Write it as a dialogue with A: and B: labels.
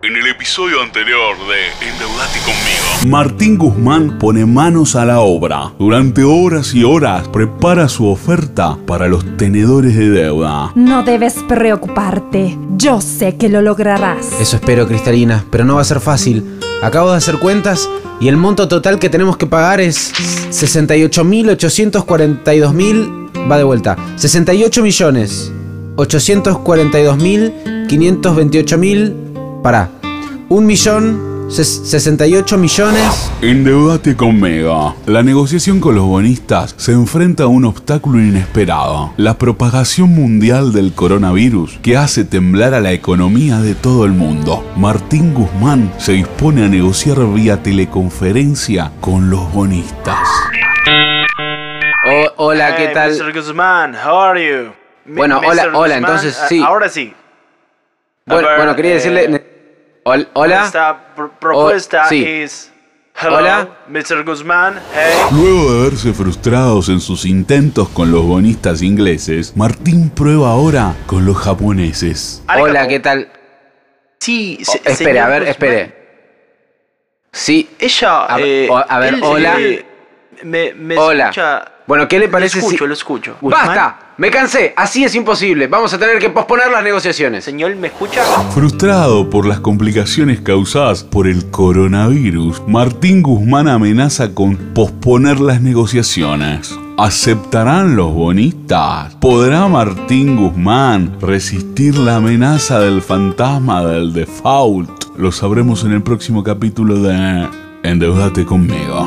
A: En el episodio anterior de Endeudate conmigo.
B: Martín Guzmán pone manos a la obra. Durante horas y horas prepara su oferta para los tenedores de deuda.
C: No debes preocuparte. Yo sé que lo lograrás.
D: Eso espero, Cristalina, pero no va a ser fácil. Acabo de hacer cuentas y el monto total que tenemos que pagar es 68.842.000. Va de vuelta. 68 millones. 842.528.000. Pará. 1 millón. ses- 68 millones.
B: Endeudate conmigo. La negociación con los bonistas se enfrenta a un obstáculo inesperado. La propagación mundial del coronavirus que hace temblar a la economía de todo el mundo. Martín Guzmán se dispone a negociar vía teleconferencia con los bonistas.
D: O- hola, ¿qué
E: Hey,
D: tal?
E: Mr. Guzmán, how are you? Mi-
D: Bueno, hola-
E: Mr.
D: hola,
E: Guzmán,
D: entonces,
E: a-
D: sí.
E: Ahora sí. A
D: Bueno,
E: ver,
D: bueno, quería
E: eh,
D: decirle... ne- hol- Hola.
E: Esta pr- propuesta
D: sí.
E: es. Hello,
D: Hola.
E: Mr. Guzmán, hey.
B: Luego de verse frustrados en sus intentos con los bonistas ingleses, Martín prueba ahora con los japoneses.
D: Hola, ¿qué tal?
E: Sí,
D: O-
E: se-
D: espere,
E: señor
D: a ver,
E: Guzmán.
D: espere. Sí,
E: Ella.
D: A ver,
E: eh,
D: o- a ver,
E: él,
D: hola.
E: eh, me, me
D: Hola.
E: escucha.
D: Bueno, ¿qué le
E: Lo
D: parece
E: escucho,
D: si-
E: lo escucho. Guzmán,
D: ¡Basta! ¡Me cansé! Así es imposible. Vamos a tener que posponer las negociaciones.
E: Señor, ¿me escucha?
B: Frustrado por las complicaciones causadas por el coronavirus, Martín Guzmán amenaza con posponer las negociaciones. ¿Aceptarán los bonistas? ¿Podrá Martín Guzmán resistir la amenaza del fantasma del default? Lo sabremos en el próximo capítulo de Endeudate conmigo.